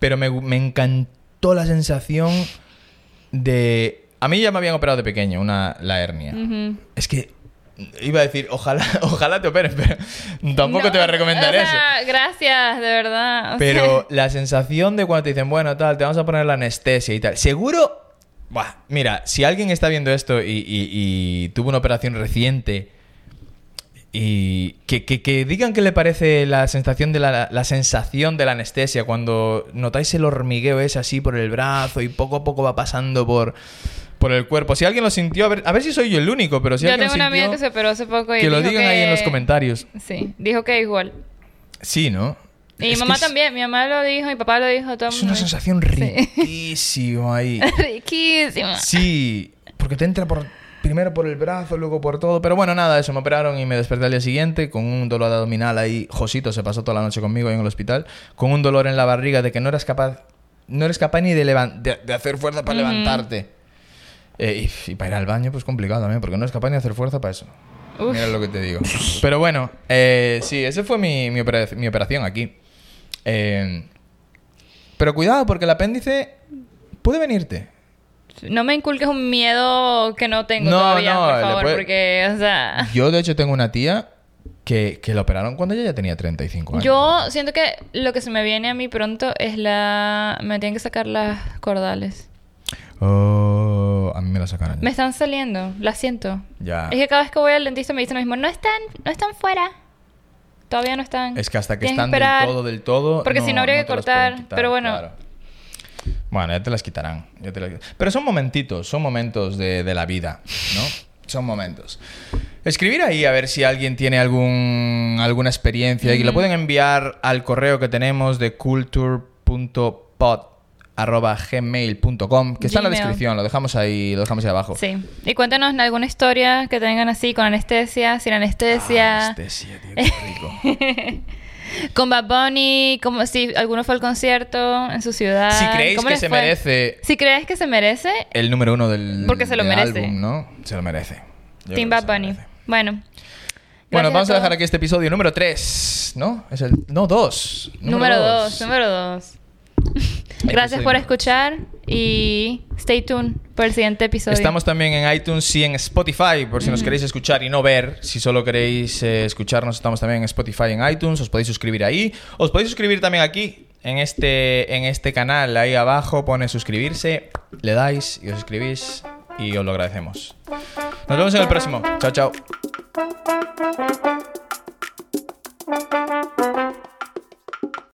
[SPEAKER 1] Pero me, gu- me encantó la sensación de. A mí ya me habían operado de pequeño, una, la hernia.
[SPEAKER 2] Ujú.
[SPEAKER 1] Es que iba a decir, ojalá, ojalá te operen, pero tampoco
[SPEAKER 2] No,
[SPEAKER 1] te voy a recomendar
[SPEAKER 2] o
[SPEAKER 1] eso.
[SPEAKER 2] sea, Gracias, de verdad. o
[SPEAKER 1] Pero
[SPEAKER 2] sea,
[SPEAKER 1] la sensación de cuando te dicen, bueno, tal, te vamos a poner la anestesia y tal. Seguro. Buah, mira, si alguien está viendo esto y, y- y tuvo una operación reciente y que, que- que digan que le parece la sensación de la, la sensación de la anestesia cuando notáis el hormigueo ese así por el brazo y poco a poco va pasando por, por el cuerpo. Si alguien lo sintió, a ver, a ver si soy yo el único, pero si
[SPEAKER 2] yo
[SPEAKER 1] alguien
[SPEAKER 2] tengo una
[SPEAKER 1] lo sintió,
[SPEAKER 2] amiga que se operó hace poco y
[SPEAKER 1] que lo
[SPEAKER 2] dijo
[SPEAKER 1] digan ahí en los
[SPEAKER 2] que-
[SPEAKER 1] comentarios.
[SPEAKER 2] Sí, dijo que igual.
[SPEAKER 1] Sí, ¿no?
[SPEAKER 2] Y
[SPEAKER 1] Es
[SPEAKER 2] mi
[SPEAKER 1] que
[SPEAKER 2] mamá
[SPEAKER 1] es-
[SPEAKER 2] también, mi mamá lo dijo, mi papá lo dijo, todo el
[SPEAKER 1] Es
[SPEAKER 2] mundo
[SPEAKER 1] una
[SPEAKER 2] dijo.
[SPEAKER 1] sensación
[SPEAKER 2] Sí.
[SPEAKER 1] riquísima ahí.
[SPEAKER 2] Riquísima.
[SPEAKER 1] Sí, porque te entra por primero por el brazo, luego por todo. Pero bueno, nada, eso me operaron y me desperté al día siguiente con un dolor abdominal ahí. Josito se pasó toda la noche conmigo ahí en el hospital, con un dolor en la barriga de que no eras capaz, no eres capaz ni de, levan- de, de hacer fuerza para levantarte. Eh, y, y para ir al baño, pues complicado también, porque no eres capaz ni de hacer fuerza para eso.
[SPEAKER 2] Uf.
[SPEAKER 1] Mira lo que te digo. Pero bueno, eh, sí, esa fue mi, mi opera- mi operación aquí. Eh, pero cuidado, porque el apéndice puede venirte.
[SPEAKER 2] No me inculques un miedo que no tengo
[SPEAKER 1] No,
[SPEAKER 2] todavía,
[SPEAKER 1] no,
[SPEAKER 2] por
[SPEAKER 1] le
[SPEAKER 2] favor,
[SPEAKER 1] puede-
[SPEAKER 2] porque, o sea...
[SPEAKER 1] Yo, de hecho, tengo una tía que, que la operaron cuando ella ya tenía 35 años.
[SPEAKER 2] Yo siento que lo que se me viene a mí pronto es la... Me tienen que sacar las cordales.
[SPEAKER 1] Oh, a mí me la sacaron. ya.
[SPEAKER 2] Me están saliendo, las siento.
[SPEAKER 1] Ya.
[SPEAKER 2] Es que cada vez que voy al dentista me dicen lo mismo, no están, no están fuera. Todavía no están.
[SPEAKER 1] Es que hasta que
[SPEAKER 2] Tienes
[SPEAKER 1] están del
[SPEAKER 2] esperar.
[SPEAKER 1] todo, del todo.
[SPEAKER 2] Porque si no habría que
[SPEAKER 1] te las
[SPEAKER 2] cortar,
[SPEAKER 1] pueden quitar,
[SPEAKER 2] pero bueno.
[SPEAKER 1] claro. Bueno, ya te las quitarán. ya te las quit- Pero son momentitos, son momentos de, de la vida, ¿no? Son momentos. Escribir ahí a ver si alguien tiene algún, alguna experiencia y la pueden enviar al correo que tenemos de culture.pod.gmail.com que está en la
[SPEAKER 2] Gmail.
[SPEAKER 1] descripción, lo dejamos ahí, lo dejamos ahí abajo.
[SPEAKER 2] Sí. Y cuéntanos alguna historia que tengan así, con anestesia, sin anestesia,
[SPEAKER 1] Ah, Anestesia, este tío, qué rico.
[SPEAKER 2] con Bad Bunny, como si alguno fue al concierto en su ciudad.
[SPEAKER 1] Si creéis
[SPEAKER 2] Ah, ¿cómo
[SPEAKER 1] que
[SPEAKER 2] les
[SPEAKER 1] se
[SPEAKER 2] fue?
[SPEAKER 1] merece
[SPEAKER 2] Si crees que se merece,
[SPEAKER 1] el número uno del,
[SPEAKER 2] Porque se lo
[SPEAKER 1] del
[SPEAKER 2] merece.
[SPEAKER 1] álbum, ¿no? Se lo merece. Yo creo que
[SPEAKER 2] Team Bad
[SPEAKER 1] se lo
[SPEAKER 2] Bunny.
[SPEAKER 1] merece.
[SPEAKER 2] Bueno.
[SPEAKER 1] Bueno,
[SPEAKER 2] Gracias
[SPEAKER 1] vamos a
[SPEAKER 2] todos.
[SPEAKER 1] dejar aquí este episodio número 3, ¿no? Es el no 2.
[SPEAKER 2] Número 2, número 2. Gracias
[SPEAKER 1] Episodio
[SPEAKER 2] por
[SPEAKER 1] número
[SPEAKER 2] escuchar y stay tuned por el siguiente episodio.
[SPEAKER 1] Estamos también en iTunes y en Spotify, por si nos queréis escuchar y no ver. Si solo queréis eh, escucharnos, estamos también en Spotify, en iTunes. Os podéis suscribir ahí. Os podéis suscribir también aquí, en este, en este canal. Ahí abajo pone suscribirse, le dais y os suscribís y os lo agradecemos. Nos vemos en el próximo. Chao, chao.